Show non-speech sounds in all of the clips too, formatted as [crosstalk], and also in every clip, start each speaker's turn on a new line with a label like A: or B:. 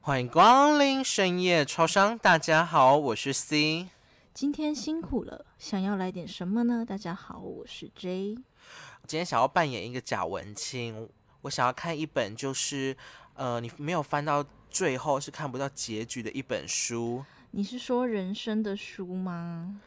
A: 欢迎光临深夜超商，大家好，我是 C。
B: 今天辛苦了，想要来点什么呢？大家好，我是 J。
A: 今天想要扮演一个假文青，我想要看一本就是呃，你没有翻到最后是看不到结局的一本书。
B: 你是说人生的书吗？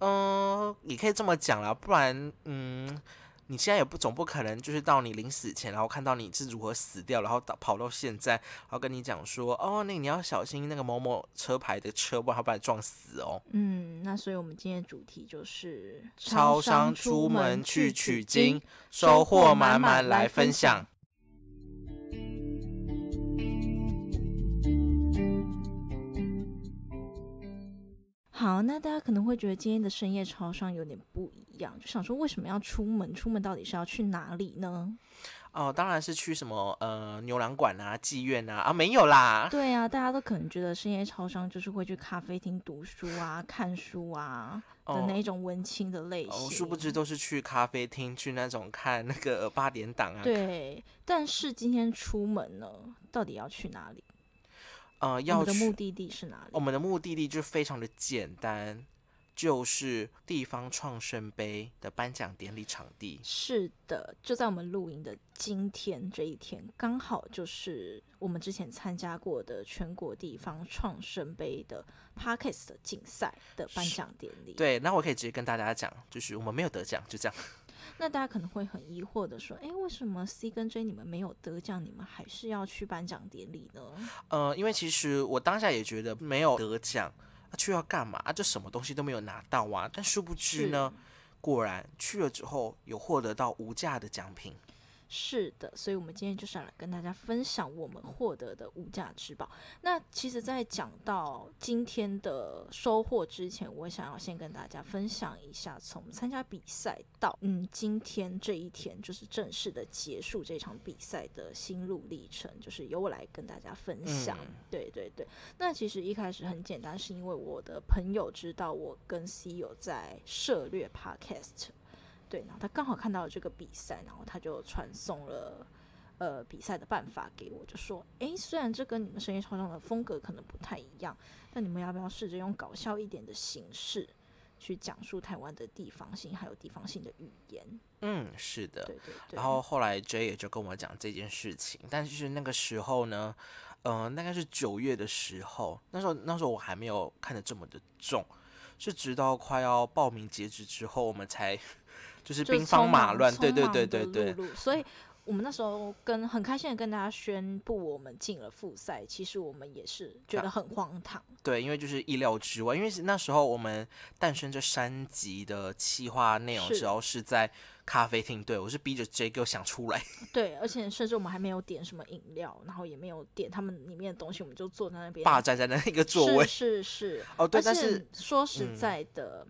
A: 嗯，也可以这么讲啦，不然嗯，你现在也不总不可能就是到你临死前，然后看到你是如何死掉，然后到跑到现在，然后跟你讲说哦，那你要小心那个某某车牌的车，不然它把你撞死哦。
B: 嗯，那所以我们今天的主题就是
A: 超商出门去取经，收获满满来分享。。
B: 好，那大家可能会觉得今天的深夜超商有点不一样，就想说为什么要出门？出门到底是要去哪里呢？
A: 哦，当然是去什么呃牛郎馆啊、妓院啊啊，没有啦。
B: 对啊，大家都可能觉得深夜超商就是会去咖啡厅读书啊、看书啊的
A: 哦
B: 那一种文青的类型。
A: 哦，殊不知都是去咖啡厅，去那种看那个八点档啊。
B: 对，但是今天出门呢，到底要去哪里？
A: 呃，
B: 我
A: 要
B: 们的目
A: 去哦
B: 的地是哪
A: 我
B: 里？
A: 们的目的地就非常的简单，就是地方创生杯的颁奖典礼场地。
B: 是的，就在我们录影的今天这一天，刚好就是我们之前参加过的全国地方创生杯的 Parkes 的竞赛的颁奖典礼。，
A: 对，那我可以直接跟大家讲，就是我们没有得奖，就这样。
B: 那大家可能会很疑惑的说：“诶，为什么 C 跟 J 你们没有得奖，你们还是要去颁奖典礼呢？”
A: 呃，因为其实我当下也觉得没有得奖，啊、去要干嘛啊？就什么东西都没有拿到啊！但殊不知呢，果然去了之后有获得到无价的奖品。
B: 是的，所以我们今天就是要来跟大家分享我们获得的无价之宝。那其实，在讲到今天的收获之前，我想要先跟大家分享一下，从参加比赛到嗯今天这一天，就是正式的结束这场比赛的心路历程，就是由我来跟大家分享。
A: 嗯
B: 对对对，那其实一开始很简单，是因为我的朋友知道我跟 C 有在涉略 Podcast，对，然后他刚好看到了这个比赛，然后他就传送了呃比赛的办法给我，就说，诶，虽然这跟你们深夜超商的风格可能不太一样，但你们要不要试着用搞笑一点的形式去讲述台湾的地方性还有地方性的语言？
A: 嗯，是的。
B: 对对对，
A: 然后后来 J 也就跟我讲这件事情，但是那个时候呢，嗯、大概是九月的时候，那时候那时候我还没有看得这么的重，是直到快要报名截止之后，我们才 [laughs] 就是
B: 就是
A: 兵荒
B: 匆
A: 马
B: 忙
A: 乱，
B: 匆
A: 对对
B: 忙
A: 对
B: 地
A: 对对，
B: 录入所以我们那时候跟很开心的跟大家宣布我们进了复赛，其实我们也是觉
A: 啊
B: 得很荒唐。
A: 对，因为就是意料之外，因为是那时候我们诞生这三集的企划内容
B: 是
A: 时候是在咖啡厅，对我是逼着 J 给我想出来，
B: 对，而且甚至我们还没有点什么饮料，然后也没有点他们里面的东西，我们就坐在那边
A: 霸占在那一个座位。
B: 是是是，
A: 哦，对，
B: 而
A: 但
B: 且
A: 是
B: 说实在的，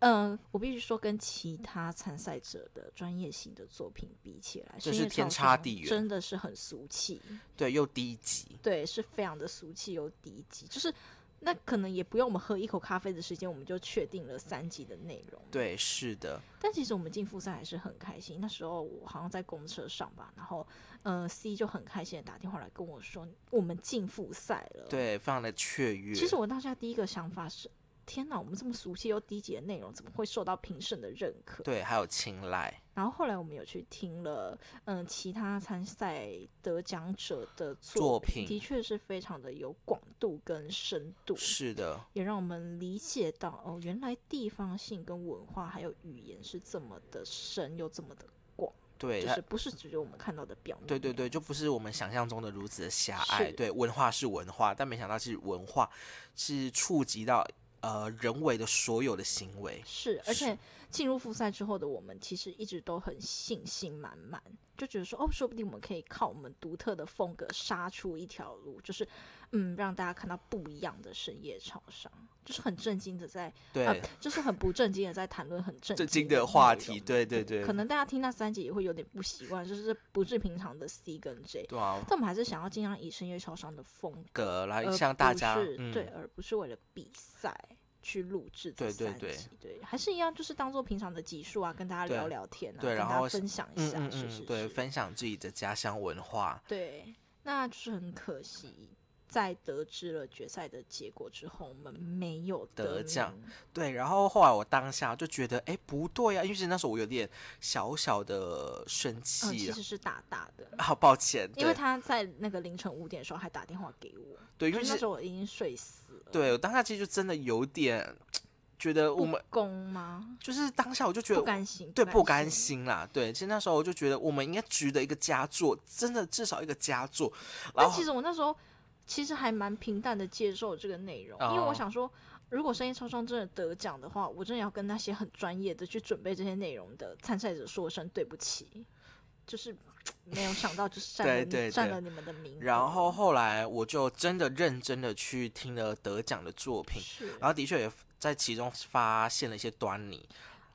B: 嗯、我必须说，跟其他参赛者的专业性的作品比起来，
A: 这
B: 深
A: 是
B: 夜
A: 天
B: 超
A: 差
B: 商
A: 地远
B: 真的是很俗气。
A: 对又低级，
B: 对，是非常的俗气又低级，就是那可能也不用我们喝一口咖啡的时间，我们就确定了三集的内容。
A: 对，是的，
B: 但其实我们进复赛还是很开心。那时候我好像在公车上吧，然后呃 C 就很开心的打电话来跟我说我们进复赛了。，
A: 对，非常的雀跃。
B: 其实我当下第一个想法是。天哪，我们这么俗气又低级的内容，怎么会受到评审的认可？
A: 对，还有青睐，
B: 然后后来我们有去听了，嗯，其他参赛得奖者的
A: 作
B: 作
A: 品
B: 的确是非常的有广度跟深度。
A: 是的，
B: 也让我们理解到哦，原来地方性跟文化还有语言是这么的深又这么的，
A: 对，
B: 就
A: 它
B: 是不是只有我们看到的表面。
A: 对对对，就不是我们想象中的如此的狭隘。
B: 是
A: 对，文化是文化，但没想到是文化是触及到呃人为的所有的行为。
B: 是，而且进入复赛之后的我们，其实一直都很信心满满，就觉得说哦，说不定我们可以靠我们独特的风格杀出一条路，就是嗯，让大家看到不一样的深夜超商，就是很震惊的在，
A: 对，
B: 啊就是很不震惊的在谈论很震
A: 震惊
B: 的
A: 的话
B: 内
A: 题，
B: 容。
A: 对对对，
B: 可能大家听那三集也会有点不习惯，就是不是平常的 C 跟 J，
A: 对啊，
B: 但我们还是想要尽量以深夜超商的风
A: 格来
B: 格，
A: 向大家
B: 而呃不是、
A: 嗯
B: 对，而不是为了比赛去录制这
A: 对对
B: 三集，对还是一样，就是当做平常的集数啊，跟大家
A: 对
B: 聊聊天啊，
A: 对
B: 跟
A: 然
B: 大
A: 后
B: 家分享一
A: 嗯
B: 下，
A: 嗯
B: 是
A: 嗯，
B: 是
A: 对，
B: 是，
A: 分享自己的家乡文化。
B: 对，那就是很可惜。在得知了决赛的结果之后，我们没有
A: 得
B: 名呃
A: 奖，对，然后后来我当下就觉得，哎，不对啊，因为其实那时候我有点小小的生
B: 嗯，
A: 气
B: 其
A: 啊，
B: 实是大大的，
A: 好抱歉，
B: 因为
A: 对
B: 他在那个凌晨五点的时候还打电话给我，
A: 对，因
B: 因
A: 为
B: 为
A: 其
B: 那
A: 实
B: 时候我已经睡死了。，
A: 对我当下其实就真的有点觉得我们
B: 公吗？
A: 就是当下我就觉
B: 不
A: 得
B: 甘心，
A: 对不甘
B: 甘。
A: 心啦，对，其实那时候我就觉得我们应该值得一个佳作，真的至少一个佳作，然
B: 但
A: 后
B: 其实我那时候其实还蛮平淡的接受这个内容，
A: 哦
B: 因为我想说，如果深夜超商真的得奖的话，我真的要跟那些很专业的去准备这些内容的参赛者说声对不起，就是没有想到就是占了
A: 对
B: 你
A: 对
B: 占
A: 对
B: 了你们的名额，
A: 然后后来我就真的认真的去听了得奖的作品，
B: 是
A: 然后的确也在其中发现了一些端倪，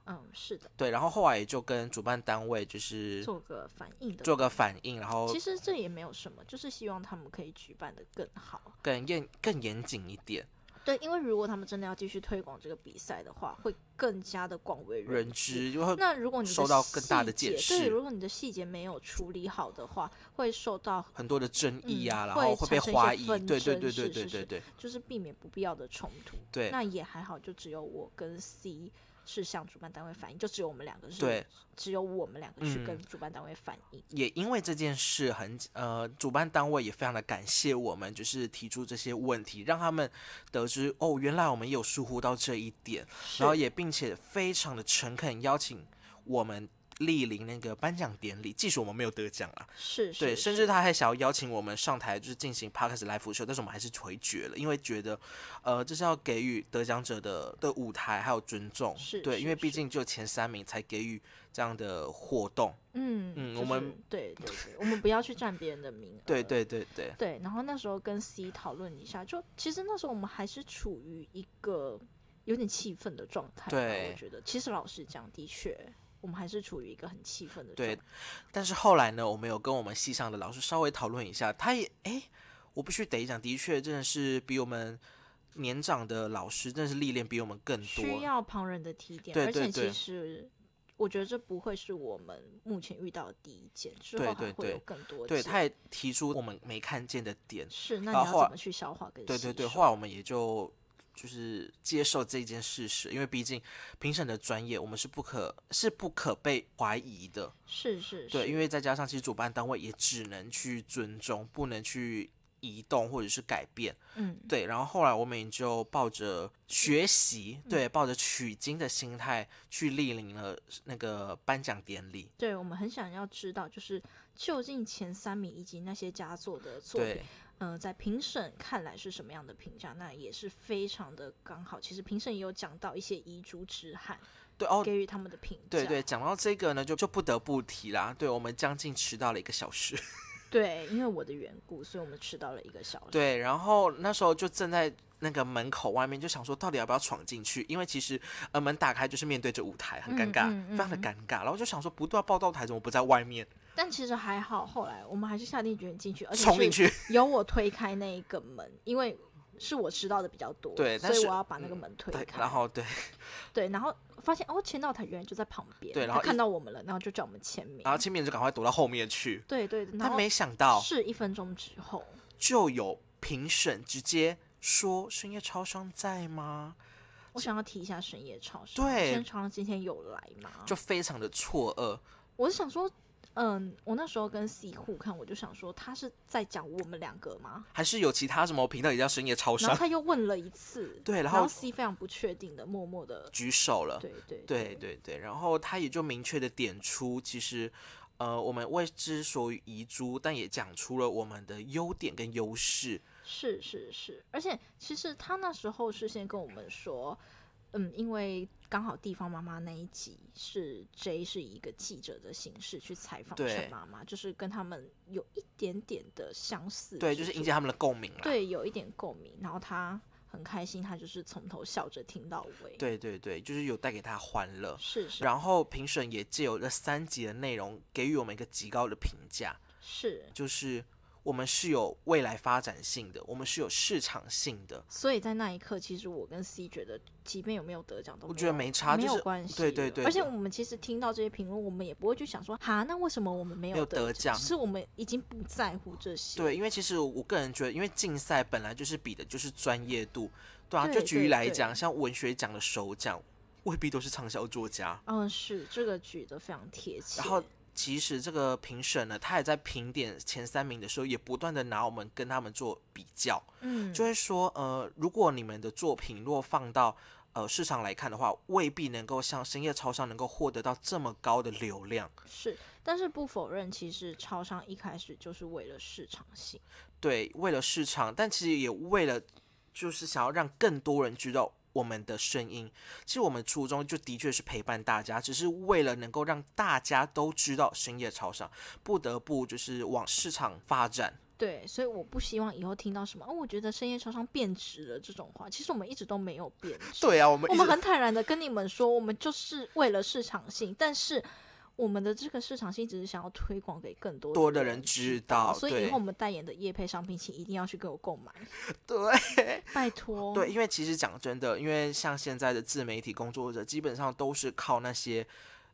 B: 嗯是的，
A: 对，然后后来也就跟主办单位就是
B: 做个反应的。
A: 做个反应，然后
B: 其实这也没有什么，就是希望他们可以举办的更好。
A: 更严更严谨一点，
B: 对，因为如果他们真的要继续推广这个比赛的话，会更加的广为
A: 认
B: 知。
A: 知就会
B: 那如果你的
A: 受到更大的
B: 细节
A: 解释
B: 对，如果你的细节没有处理好的话，会受到
A: 很多的争议
B: 嗯
A: 啊，然
B: 会
A: 后会被
B: 产生一些
A: 怀疑，
B: 纷
A: 对对
B: 争
A: 对对对
B: 是是
A: 对
B: 是
A: 对
B: 就是避免不必要的冲突。
A: 对
B: 那也还好，就只有我跟 C 是向主办单位反映，就只有我们两个是，
A: 对，
B: 只有我们两个去
A: 嗯
B: 跟主办单位反映。
A: 也因为这件事很呃，主办单位也非常的感谢我们，就是提出这些问题，让他们得知哦，原来我们也有疏忽到这一点，然后
B: 是
A: 也并且非常的诚恳邀请我们莅临那个颁奖典礼，即使我们没有得奖啊，
B: 是是，
A: 对，
B: 是
A: 甚至他还想要邀请我们上台，就是进行 Parkes Live 秀，但是我们还是回绝了，因为觉得，呃，这是要给予得奖者的的舞台还有尊重，
B: 是
A: 对，
B: 是
A: 因为毕
B: 是
A: 竟只有前三名才给予这样的活动，
B: 嗯
A: 嗯
B: 就
A: 我们
B: 是对对对，我们不要去占别人的名额。
A: 对对对对，
B: 对，然后那时候跟 C 讨论一下，就其实那时候我们还是处于一个有点气愤的状态吧。
A: 对
B: 我觉得其实老实讲，的确我们还是处于一个很气愤的状
A: 对
B: 态。
A: 但是后来呢，我们有跟我们系上的老师稍微讨论一下，他也诶，我必须得讲，的确真的是比我们年长的老师真的是历练比我们更
B: 需
A: 多，
B: 要旁人的提点，
A: 对
B: 而
A: 对
B: 且
A: 对
B: 其实。我觉得这不会是我们目前遇到的第一件，之
A: 对
B: 后
A: 对
B: 还会有
A: 对
B: 更多
A: 对，
B: 件。
A: 他也提出我们没看见的点，
B: 是，那你
A: 然后
B: 要
A: 后
B: 怎
A: 来
B: 么去消化跟
A: 对对
B: 吸
A: 对，
B: 收
A: 后来我们也就就是接受这件事实，因为毕竟评审的专业，我们是不可是不可被怀疑的。
B: 是是是，
A: 对，因为再加上其实主办单位也只能去尊重，不能去移动或者是改变。
B: 嗯，
A: 对，然后后来我们也就抱着学习，对，
B: 嗯
A: 抱着取经的心态去莅临了那个颁奖典礼。
B: 对我们很想要知道，就是究竟前三名以及那些佳作的作品
A: 对，
B: 呃，在评审看来是什么样的评价？那也是非常的刚好。其实评审也有讲到一些遗珠之憾，
A: 对哦，
B: 给予他们的评价。
A: 对对，讲到这个呢，就就不得不提啦。对我们将近迟到了一个小时。
B: 对因为我的缘故，所以我们迟到了一个小时。
A: 对，然后那时候就站在那个门口外面，就想说到底要不要闯进去？因为其实呃门打开就是面对着舞台，很尴
B: 嗯
A: 尬，
B: 嗯嗯
A: 非常的尴尬。然后就想说，不对啊，报道台怎么不在外面
B: 但其实还好，后来我们还是下定决心进去，而
A: 冲
B: 且
A: 进
B: 是
A: 去？
B: [laughs] 由我推开那一个门，因为是我迟到的比较多，
A: 对
B: 所
A: 但
B: 以
A: 是嗯
B: 我要把那个门推
A: 对，
B: 开。
A: 然后
B: [laughs]
A: 对，
B: 对，然后发现哦，签到台原来就在旁边，
A: 对然
B: 他
A: 后一
B: 看到我们了，然后就叫我们签名
A: 然。后清明就赶快躲到后面去。
B: 对对，然
A: 但
B: 后
A: 没想到
B: 是一分钟之后，
A: 就有评审直接说：“深夜超商在吗
B: 我想要提一下深夜超市。
A: 对
B: 深夜超市今天有来吗？？”
A: 就非常的错愕。
B: 我是想说，嗯，我那时候跟 C 互看，我就想说他是在讲我们两个吗？
A: 还是有其他什么频道也叫深夜超
B: 然后
A: 商
B: 他又问了一次，
A: 对然
B: 然
A: 后
B: C 非常不确定的，默默的，
A: 举手了。
B: 对对
A: 对对对，然后他也就明确的点出，其实，呃，我们为之所以遗珠，但也讲出了我们的优点跟优势。
B: 是是是，而且其实他那时候是先跟我们说，嗯，因为刚好地方妈妈那一集是 J 是以一个记者的形式去采访
A: 对
B: 陈妈妈，就是跟他们有一点点的相似之处，
A: 对，就是引起他们的共鸣啦。
B: 对有一点共鸣，然后他很开心，他就是从头笑着听到尾，，
A: 对对对，就是有带给他欢乐。
B: 是是
A: 然后评审也借由这三集的内容，给予我们一个极高的评价，
B: 是，
A: 就是。我们是有未来发展性的，我们是有市场性的。
B: 所以在那一刻，其实我跟 C 觉得，即便有没有得奖都
A: 我觉得
B: 没
A: 没
B: 有
A: 差，
B: 哦没
A: 就
B: 有
A: 是
B: 关系的。
A: 对对对
B: 而且
A: 对
B: 我们其实听到这些评论，我们也不会去想说，哈，那为什么我们没
A: 没有
B: 得
A: 得
B: 奖？
A: 奖
B: 是我们已经不在乎这些。
A: 对，因为其实我个人觉得，因为竞赛本来就是比的就是专业度，对啊。
B: 对
A: 就举
B: 对
A: 例来
B: 对
A: 讲，像文学奖的首奖未必都是畅销作家，
B: 嗯，是这个举得非常贴切。
A: 然后其实这个评审呢，他也在评点前三名的时候，也不断的拿我们跟他们做比较，
B: 嗯，
A: 就会说，呃，如果你们的作品若放到呃市场来看的话，未必能够像深夜超商能够获得到这么高的流量。
B: 是，但是不否认，其实超商一开始就是为了市场性。
A: 对，为了市场，但其实也为了就是想要让更多人知道我们的声音。其实我们初衷就的确是陪伴大家，只是为了能够让大家都知道深夜超商，不得不就是往市场发展。
B: 对，所以我不希望以后听到什么哦，我觉得深夜超商变质了这种话，其实我们一直都没有变质。
A: 对啊，我们
B: 我
A: 一
B: 们
A: 直
B: 很坦然的跟你们说，我们就是为了市场性，但是我们的这个市场性只是想要推广给更多
A: 多的人
B: 人
A: 知道
B: 道，所以以
A: 对
B: 后我们代言的业配商品，请一定要去给我购
A: [laughs]
B: 买，
A: 对。
B: 拜托。
A: 对，，因为其实讲真的，因为像现在的自媒体工作者，基本上都是靠那些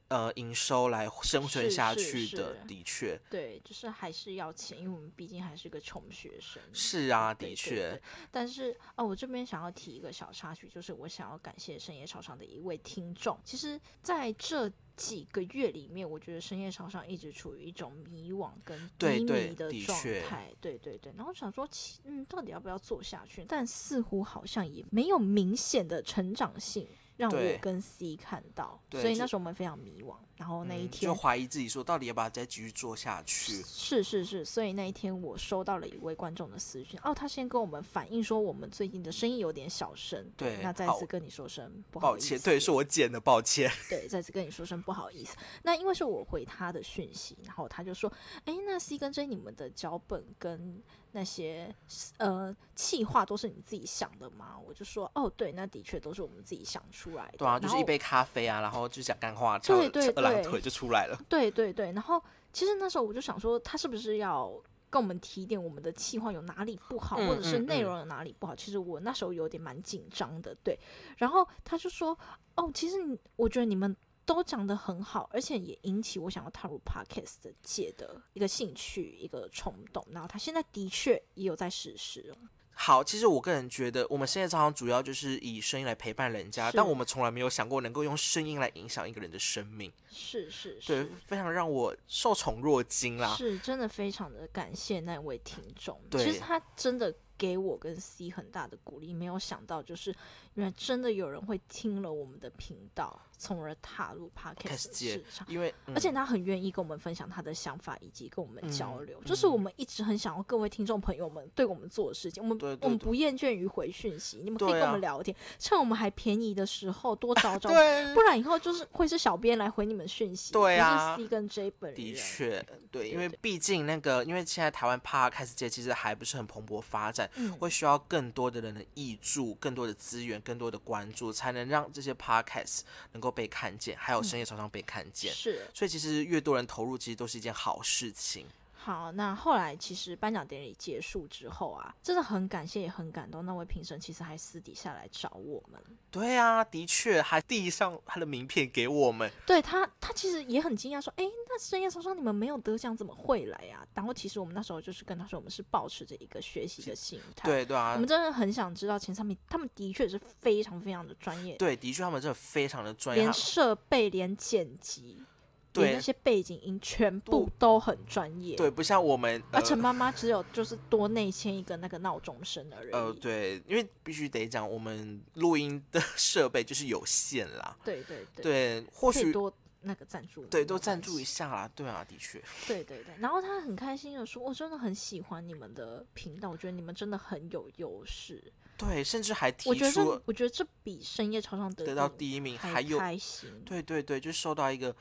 A: 呃营收来生存
B: 是
A: 下
B: 是
A: 去的。
B: 是
A: 的确，
B: 对，就是还是要钱，因为我们毕竟还是个穷学生。
A: 是啊，的
B: 对对
A: 确，
B: 对但是哦，我这边想要提一个小插曲，就是我想要感谢深夜超商的一位听众。其实，在这几个月里面，我觉得深夜超商一直处于一种迷惘跟
A: 对
B: 低
A: 对
B: 迷的
A: 的
B: 状
A: 确
B: 态。对对对，然后想说，其嗯，到底要不要做下去？但似乎好像也没有明显的成长性。让我
A: 对
B: 跟 C 看到，
A: 对
B: 所以
A: 就
B: 那时候我们非常迷惘。然后那一
A: 嗯
B: 天、
A: 就怀疑自己说，到底要不要再继续做下去？
B: 是是是，所以那一天我收到了一位观众的私讯，哦，他先跟我们反映说我们最近的声音有点小声，
A: 对
B: 那再
A: 好
B: 次跟你说声不好
A: 抱
B: 意
A: 歉，
B: 思
A: 对，是我剪的，抱歉。
B: 对，再次跟你说声不好意思。那因为是我回他的讯息，然后他就说，哎，那 C 跟 J 你们的脚本跟那些呃企划都是你自己想的吗？我就说，哦，对，那的确都是我们自己想出来的，
A: 对啊，就
B: 然
A: 是一
B: 后
A: 杯咖啡啊，然后就讲干话，翘
B: 对对
A: 二郎
B: 对
A: 腿就出来了。
B: 对对对，然后其实那时候我就想说，他是不是要跟我们提点我们的企划有哪里不好，
A: 嗯
B: 或者是
A: 嗯
B: 内
A: 嗯
B: 容有哪里不好？其实我那时候有点蛮紧张的，对。然后他就说：“哦，其实你我觉得你们都讲得很好，而且也引起我想要踏入 podcast 的界的一个兴趣、一个冲动。”然后他现在的确也有在实施哦，
A: [laughs] 好，其实我个人觉得，我们现在常常主要就是以声音来陪伴人家，
B: 是
A: 但我们从来没有想过能够用声音来影响一个人的生命。
B: 是是
A: 对
B: 是，。
A: 非常让我受宠若惊啦。
B: 是真的非常的感谢那位听众，其
A: 对
B: 实他真的给我跟 C 很大的鼓励。没有想到，就是原来真的有人会听了我们的频道，从而踏入 podcast
A: 始
B: 的
A: 接
B: 市场。
A: 因为、
B: 而且
A: 嗯
B: 他很愿意跟我们分享他的想法，以及跟我们交
A: 嗯
B: 流，这是我
A: 嗯
B: 们一直很想要各位听众朋友们对我们做的事情。我们
A: 对对
B: 我们
A: 对
B: 不厌倦于回讯息，你们可以
A: 对
B: 跟我
A: 啊
B: 们聊天，趁我们还便宜的时候
A: [laughs]
B: 多找找我们
A: 对啊
B: 不然以后就是会是小编来回你们讯息，
A: 对
B: 不
A: 啊
B: 是 C 跟 J 本人。
A: 的确，对，因
B: 对
A: 为
B: 对
A: 毕竟那个，因为现在台湾 p 开始界其实还不是很蓬勃发展，
B: 嗯
A: 会需要更多的人的挹注、更多的资源、更多的关注，才能让这些 podcast 能够被看见，
B: 嗯
A: 还有深夜常常被看见。
B: 是
A: 所以其实越多人投入，其实都是一件好事情。
B: 好，那后来其实颁奖典礼结束之后啊，真的很感谢也很感动，那位评审其实还私底下来找我们，
A: 对啊，的确，还递上他的名片给我们。
B: 对他他其实也很惊讶说，哎，那深夜双双你们没有得奖怎么会来啊？然后其实我们那时候就是跟他说，我们是保持着一个学习的心态，，
A: 对对
B: 我
A: 啊
B: 们，真的很想知道前三名，他们的确是非常非常的专业，
A: 对，的确，他们真的非常的专业。他
B: 连
A: 们
B: 设备、连剪辑、连
A: 对
B: 那些背景音全部
A: 不
B: 都很专业，
A: 对，不像我们，
B: 而
A: 呃
B: 且妈妈只有就是多内嵌一个那个闹钟声而已。
A: 呃，对，因为必须得讲，我们录音的 [laughs] 设备就是有限啦。
B: 对对对，
A: 对，或
B: 可以
A: 许
B: 多那个赞助，
A: 对多赞助一
B: 下。
A: 下啦。对啊，的确，
B: 对对对，然后他很开心的说：“我真的很喜欢你们的频道，我觉得你们真的很有优势。
A: 对，甚至还
B: 我
A: 提
B: 觉得这
A: 出，
B: 我觉得这比深夜超商得
A: 得到
B: 第
A: 第一名，还
B: 还
A: 有
B: 开心。
A: 对对对，就受到一个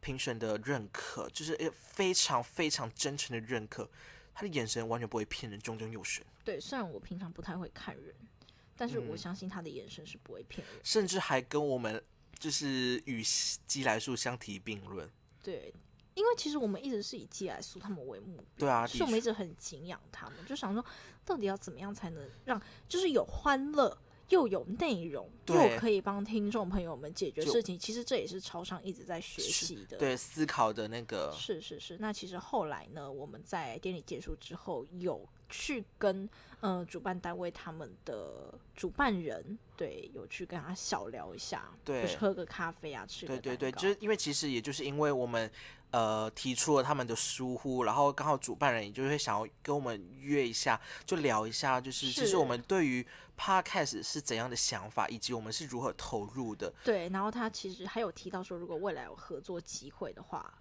A: 评审的认可，就是一个非常非常真诚的认可。他的眼神完全不会骗人，炯炯有神，
B: 对，虽然我平常不太会看人，但是我
A: 嗯
B: 相信他的眼神是不会骗人。
A: 甚至还跟我们就是与西基来树相提并论。
B: 对，因为其实我们一直是以寄来素他们为目标，
A: 对啊
B: 所以我
A: 的确
B: 们一直很敬仰他们，就想说到底要怎么样才能让就是有欢乐。又有内容，
A: 对
B: 又可以帮听众朋友们解决
A: 就
B: 事情，其实这也是超商一直在学
A: 是
B: 习的。
A: 对啊思考的那个，
B: 是是是，那其实后来呢，我们在典礼结束之后，有去跟呃主办单位他们的主办人，对，有去跟他小聊一下，
A: 对
B: 就是喝个咖啡啊，吃个
A: 对对对，
B: 蛋糕
A: 就是因为其实也就是因为我们呃提出了他们的疏忽，然后刚好主办人也就会想要跟我们约一下，就聊一下，就是其实我
B: 是
A: 们对于 podcast 是怎样的想法，以及我们是如何投入的。
B: 对，然后他其实还有提到说，如果未来有合作机会的话，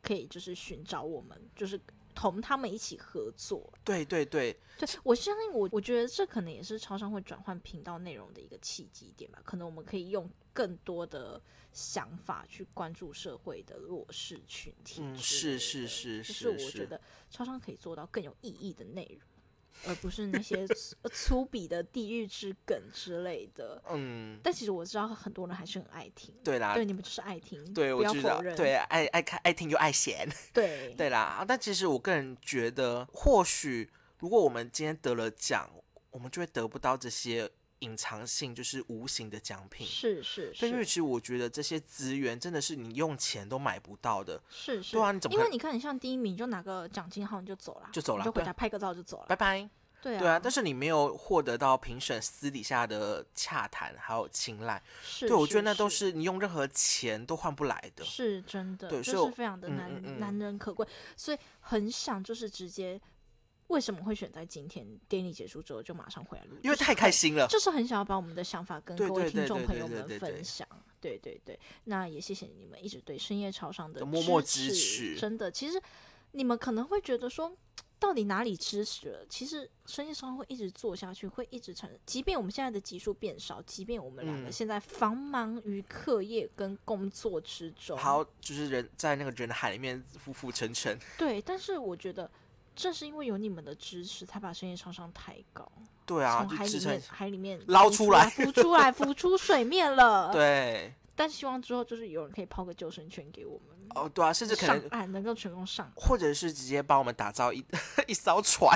B: 可以就是寻找我们，就是同他们一起合作。
A: 对对对，
B: 对我相信我，我觉得这可能也是超商会转换频道内容的一个契机点吧。可能我们可以用更多的想法去关注社会的弱势群体之类
A: 嗯
B: 的。
A: 是是是
B: 就是我
A: 是
B: 觉得超商可以做到更有意义的内容，而不是那些粗呃粗鄙的地狱之梗之类的。
A: 嗯，
B: 但其实我知道很多人还是很爱听，
A: 对啦，
B: 对你们就是爱听，
A: 对
B: 不
A: 我
B: 要
A: 知道
B: 否认，，
A: 对爱爱看爱听就爱闲。
B: 对
A: 对啦，啊但其实我个人觉得，或许如果我们今天得了奖，我们就会得不到这些隐藏性，就是无形的奖品。
B: 是是
A: 对，因为
B: 是
A: 其实我觉得这些资源真的是你用钱都买不到的。
B: 是是，
A: 对啊你怎么
B: 因
A: 可
B: 为你看，你像第一名，你就拿个奖金号你就走了，
A: 就走
B: 你
A: 啦
B: 就回
A: 对啊
B: 家拍个照就走了，
A: 拜拜。
B: 对啊，
A: 对啊，但是你没有获得到评审私底下的洽谈还有青睐。
B: 是，
A: 对，我觉得那都
B: 是
A: 是你用任何钱都换不来的。
B: 是真的，
A: 对所以
B: 就
A: 我
B: 是非常的
A: 嗯
B: 难、
A: 嗯嗯
B: 难能可贵，所以很想就是直接，为什么会选在今天典礼结束之后就马上回来录？
A: 因为太开
B: 心。
A: 心了，
B: 就是很想要把我们的想法跟
A: 对
B: 各位
A: 对
B: 听
A: 对
B: 众
A: 对
B: 朋
A: 对
B: 友
A: 对
B: 们
A: 对对
B: 分享，对对对。那也谢谢你们一直对深夜超商的
A: 默默支
B: 持，
A: 持
B: 真的，其实你们可能会觉得说，到底哪里支持了？其实深夜超商会一直做下去，会一直产生。即便我们现在的集数变少，即便我们两个
A: 嗯
B: 现在繁忙于课业跟工作之中，
A: 然后就是人在那个人海里面浮浮沉沉。
B: 对，但是我觉得。正是因为有你们的支持，才把深夜超商抬高，
A: 对啊，
B: 从
A: 就
B: 海
A: 支
B: 里
A: 撑
B: 面。海里面
A: 捞
B: 浮
A: 出
B: 来，
A: 来
B: 浮出来，浮出水面
A: [laughs]
B: 了。
A: 对，
B: 但希望之后就是有人可以抛个救生圈给我们，
A: 哦，对啊，甚至可
B: 上
A: 能，
B: 岸能够成功上岸。
A: 或者是直接帮我们打造一 [laughs] 一艘
B: [laughs]
A: 船，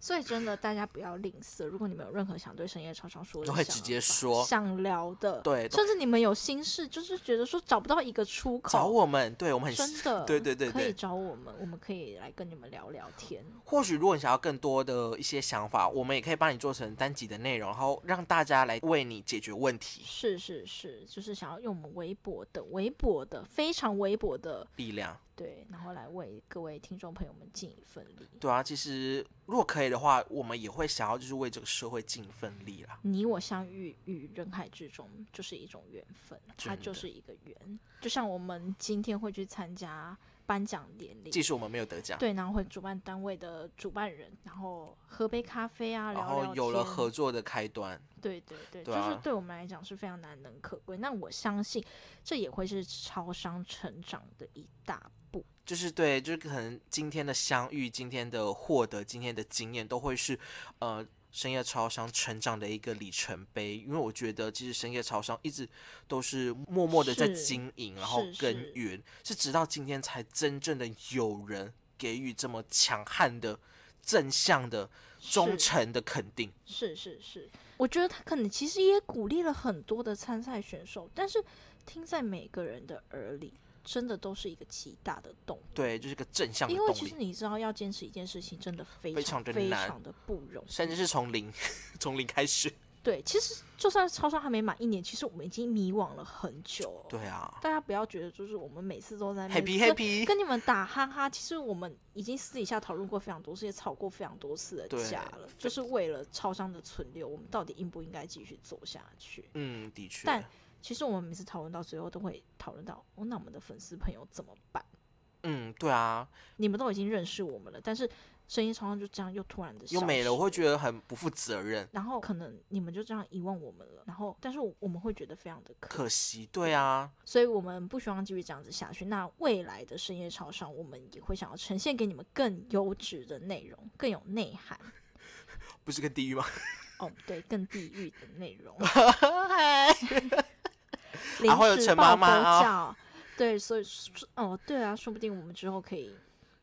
B: 所以真的大家不要吝啬，如果你们有任何想对深夜超商说的，
A: 都会直接说
B: 想聊的，
A: 对都
B: 甚至你们有心事，就是觉得说找不到一个出口，
A: 找我们，对我们很
B: 真的，
A: 对对对
B: 可以
A: 对。
B: 找我们，我们可以来跟你们聊聊天。
A: 或许如果你想要更多的一些想法，我们也可以帮你做成单集的内容，然后让大家来为你解决问题。
B: 是是是，就是想要用我们微薄的、微薄的、非常微薄的，
A: 力量，
B: 对，然后来为各位听众朋友们尽一份力。
A: 对啊，其实如果可以的话，我们也会想要就是为这个社会尽一份力啦。
B: 你我相遇于人海之中，就是一种缘分，它
A: 真的
B: 就是一个缘。就像我们今天会去参加颁奖典礼，
A: 即使我们没有得奖，
B: 对，然后会主办单位的主办人，然后喝杯咖啡啊，
A: 然
B: 聊
A: 后
B: 聊
A: 有了
B: 天
A: 合，作的开端，
B: 对对对，
A: 对
B: 就
A: 啊
B: 是对我们来讲是非常难能可贵。那我相信这也会是超商成长的一大步。
A: 就是对，就是可能今天的相遇、今天的获得、今天的经验，都会是呃深夜超商成长的一个里程碑。因为我觉得，其实深夜超商一直都是默默的在
B: 是
A: 经营，然后
B: 是是
A: 耕耘，是直到今天才真正的有人给予这么强悍的、正向的、忠
B: 是
A: 诚的肯定。
B: 是是是，我觉得他可能其实也鼓励了很多的参赛选手，但是听在每个人的耳里，真的都是一个极大的动力。
A: 对，就是一个正向的
B: 因为
A: 动
B: 其
A: 力
B: 实，你知道，要坚持一件事情真的非
A: 非
B: 常
A: 常的
B: 非
A: 难
B: 常的不容易。
A: 甚至是从零 [laughs] 从零开始。
B: 对，其实就算超商还没满一年，其实我们已经迷惘了很久。，
A: 对啊
B: 大家不要觉得就是我们每次都在那边
A: ，happy
B: 跟
A: happy，
B: 跟你们打哈哈，其实我们已经私底下讨论过非常多次，也吵过非常多次的
A: 对
B: 架了，就是为了超商的存留，我们到底应不应该继续走下去？
A: 嗯，的确，
B: 但其实我们每次讨论到最后，都会讨论到哦，那我们的粉丝朋友怎么办？
A: 嗯，对啊，
B: 你们都已经认识我们了，但是声音常常就这样又突然的
A: 又没了，我会觉
B: 得。
A: 得很不负责任，
B: 然后可能你们就这样遗忘我们了，然后但是我我们会觉得非常的可
A: 可惜。对啊，
B: 所以我们不希望继续这样子下去。那未来的深夜超商，我们也会想要呈现给你们更优质的内容，更有内涵。
A: 不是跟地狱吗？ [laughs]
B: 哦，对，更地狱的内容，
A: 嗨
B: [laughs] 临
A: 会有
B: 时
A: 陈妈
B: 抱
A: 妈
B: 佛
A: 啊
B: 脚，对，所以说哦，对啊，说不定我们之后可以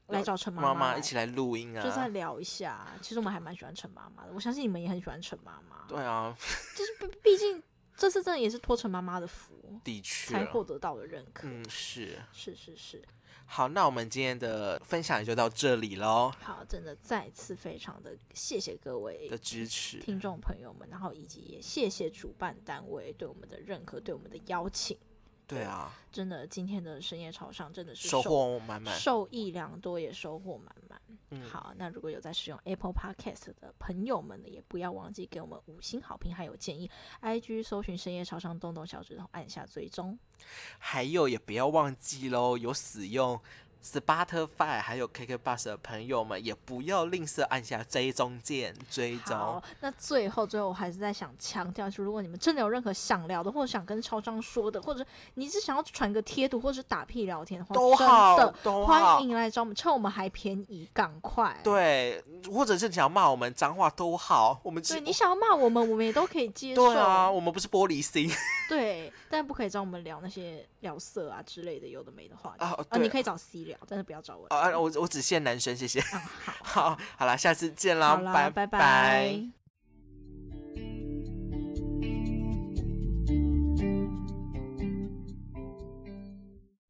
B: 来找陈
A: 妈
B: 妈
A: 妈一起来录音
B: 就再
A: 啊。
B: 聊一下。其实我们还蛮喜欢陈妈妈的，我相信你们也很喜欢陈妈妈。
A: 对啊，
B: 就是毕毕竟这次真的也是托陈妈妈的福，
A: 的确
B: 才。获得到的认可。
A: 啊嗯，是。
B: 是是是，
A: 好，那我们今天的分享也就到这里喽。
B: 好，真的再次非常的谢谢各位
A: 的支持，
B: 听众朋友们，然后以及也谢谢主办单位对我们的认可，对我们的邀请。
A: 对啊，
B: 真的，今天的深夜朝上真的是
A: 收获满满。
B: 受益良多，也收获满满。
A: 嗯
B: 好，那如果有在使用 Apple Podcast 的朋友们呢，也不要忘记给我们五星好评，还有建议。IG 搜寻深夜朝上，动动小指头，按下追踪。
A: 还有也不要忘记喽，有使用 Spotify 还有 KK Bus 的朋友们，也不要吝啬按下追踪键追踪
B: 好。，哦那最后最后我还是在想强调，就是如果你们真的有任何想聊的，或者想跟超商说的，或者你只想要传个贴图，或者是打屁聊天的话，
A: 都好
B: 真的，
A: 都好
B: 欢，迎来找我们，趁我们还便宜，赶快。
A: 对，或者是想骂我们脏话都好，我们
B: 对，
A: 只
B: 你想要骂我们，我们也都可以接受。
A: 对啊，我们不是玻璃心 [laughs]
B: 对，但不可以找我们聊那些聊色啊之类的有的没的话题。
A: 啊，
B: 哦，你
A: 对哦
B: 可以找 C 聊，但是不要找我聊。
A: 啊，我我只限男生，谢谢。 [laughs]
B: 嗯，好，
A: 好，好啦，下次见啦，
B: 好啦，
A: 拜
B: 拜
A: 拜